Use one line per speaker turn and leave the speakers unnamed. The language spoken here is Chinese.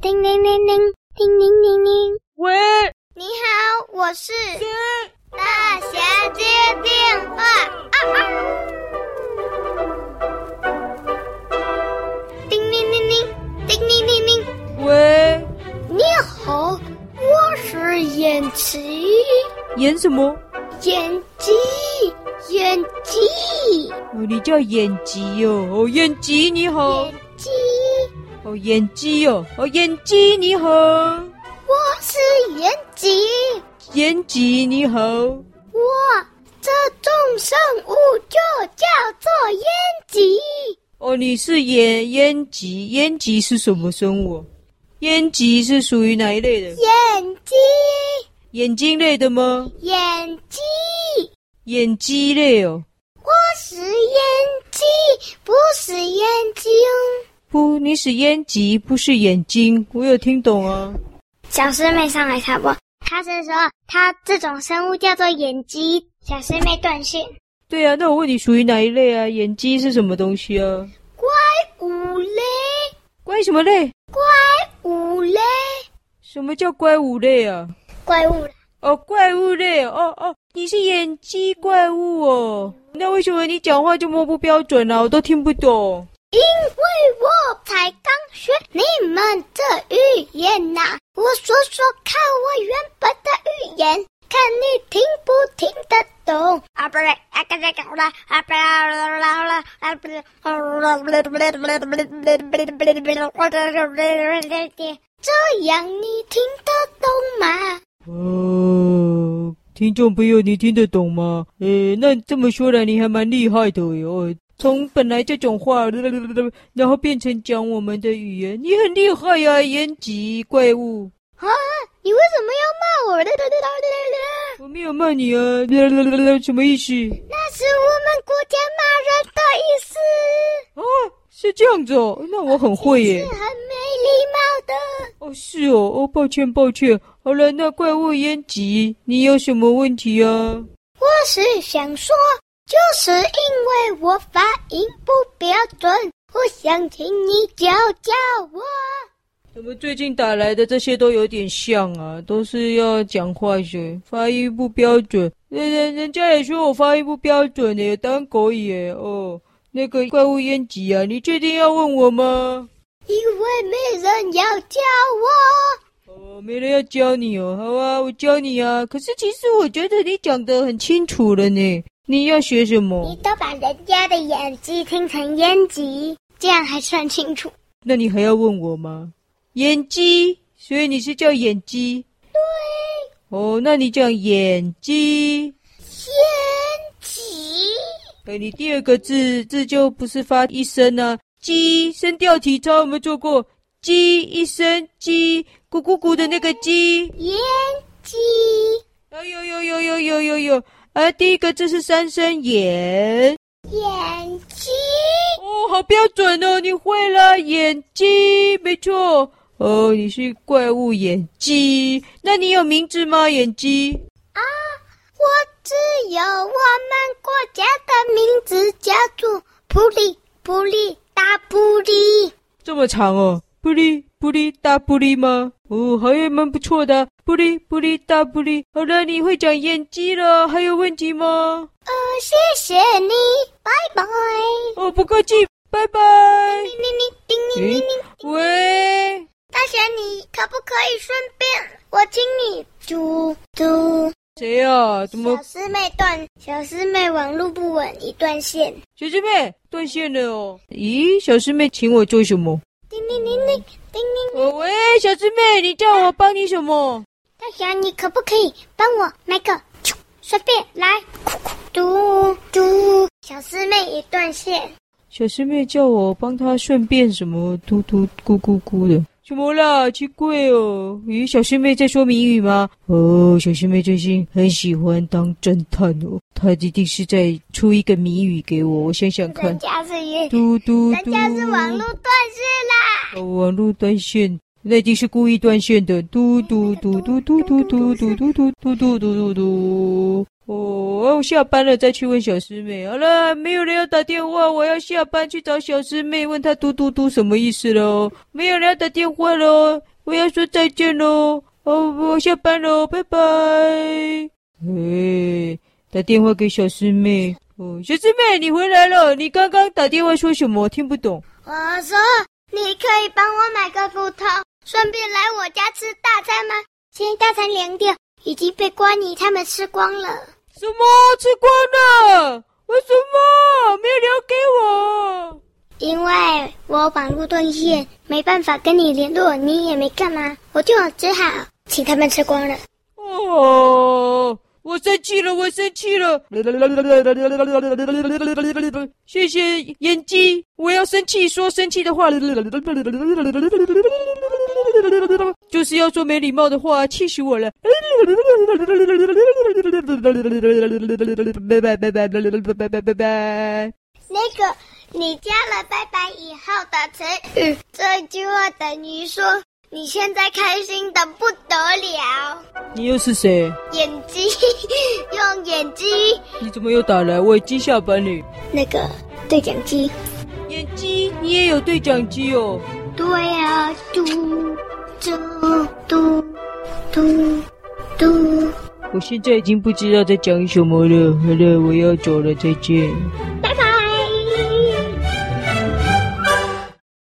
叮铃铃铃，叮铃铃铃。
喂，
你好，我是大侠接电话。啊啊！叮铃铃铃，叮铃铃铃。
喂，
你好，我是眼琪，
演什么？
眼鸡，眼鸡，
哦，你叫演吉哦，哦，演吉你好
眼，鸡，
哦，演鸡哦，哦，演鸡你好，
我是眼鸡，
演吉你好，
我这种生物就叫做眼鸡。
哦，你是演演吉，演吉是什么生物哦？演吉是属于哪一类的？
眼鸡，
眼睛类的吗？
眼鸡，
眼鸡类哦？
我是眼鸡，不是眼睛。
不，你是眼吉，不是眼睛，我有听懂啊。
小师妹上来插播，她是说她这种生物叫做眼鸡。小师妹断讯，
对啊，那我问你属于哪一类啊？眼鸡是什么东西啊？
怪五嘞，
怪什么类？
怪五嘞，
什么叫怪物类啊？
怪物啦
哦，怪物类哦哦，你是眼鸡怪物哦？那为什么你讲话就摸不标准啊？我都听不懂。
因为我才刚学你们的语言呐、我说说看我原本的语言，看你听不听得懂。啊不是，啊嘎嘎嘎啦，啊不啦啦啦啦，啊不啦啦啦这样你听得懂吗？
哦，听众朋友，你听得懂吗？呃，那这么说来，你还蛮厉害的哟。从本来这种话，然后变成讲我们的语言，你很厉害呀、眼鸡怪物。
啊，你为什么要骂我？
我没有骂你啊，什么意思？
那是我们国家骂人的意思。
啊，是这样子哦，那我很会耶。
很没礼貌的。
哦，是哦，哦，抱歉，抱歉。好了，那怪物烟吉，你有什么问题啊？
我是想说，就是因为我发音不标准，我想请你教教我。
怎么最近打来的这些都有点像啊？都是要讲化学，发音不标准。人人人家也说我发音不标准呢，当狗也哦。那个怪物烟吉啊，你确定要问我吗？
因为没人要教我，
哦，没人要教你哦，好啊，我教你啊。可是其实我觉得你讲得很清楚了呢。你要学什
你
么？
都把人家的眼睛听成烟鸡，这样还算清楚。
那你还要问我吗？眼鸡，所以你是叫眼鸡。哦，那你讲眼鸡，
烟鸡，
哎，你第二个字字就不是发一声呢、啊。鸡声调体操有没有做过？鸡一声鸡，咕咕咕的那个鸡。
烟鸡，
哦，有有有有有有有。啊，第一个字是三声眼。
眼鸡，
哦，好标准哦，你会了，眼鸡，没错。哦，你是怪物眼鸡，那你有名字吗？眼鸡？
我只有我们国家的名字叫做普利普利大普利。
这么长哦，布利布利大布利吗？哦，好像蛮不错的，布利布利大布利。好了，你会讲演技了，还有问题吗？
呃，谢谢你，拜拜。
哦，不客气，拜拜。
叮铃铃，叮铃
咦
铃铃，，
喂，
大侠，你可不可以顺便我请你嘟嘟？
谁啊？怎么
小师妹断，小师妹网路不稳，一断线。
小师妹断线了哦？咦，小师妹请我做什么？
叮铃铃铃，叮铃。
哦喂，小师妹，你叫我帮你什么？
大侠，你可不可以帮我买个啾随便来嘟嘟？小师妹一断线，
小师妹叫我帮她顺便什么嘟嘟咕咕咕的，什么啦？奇怪哦！咦，小师妹在说谜语吗？哦，小师妹最近很喜欢当侦探哦，她一定是在出一个谜语给我，我想想看
人。家是也，
嘟嘟
人
嘟，
家是网路断线啦。
哦网络断线，那一定是故意断线的。嘟嘟嘟嘟嘟嘟嘟嘟嘟嘟嘟嘟嘟嘟。哦，我下班了再去问小师妹。好了，没有人要打电话，我要下班去找小师妹，问她嘟嘟嘟什么意思喽？没有人要打电话喽，我要说再见喽。哦，我下班喽，拜拜。哎，打电话给小师妹。哦，小师妹，你回来了？你刚刚打电话说什么？听不懂。
我说，你可以帮我买个斧头，顺便来我家吃大餐吗？现在大餐两点，已经被瓜尼他们吃光了。
什么？吃光了？为什么没有留给我？
因为我网络断线，没办法跟你联络，你也没干嘛，我就只好请他们吃光了。
哦，我生气了，我生气了！谢谢眼睛，我要生气，说生气的话，就是要说没礼貌的话，气死我了！拜拜拜拜拜拜拜拜拜拜。
那个，你加了“拜拜”以后的成语，这句话等于说你现在开心的不得了，
你又是谁？
眼睛 用眼睛，
你怎么又打来？我已经下班了。
那个对讲机，
眼睛，你也有对讲机哦。
对啊，嘟嘟嘟嘟嘟，
我现在已经不知道在讲什么了。好了，我要走了，再见。
拜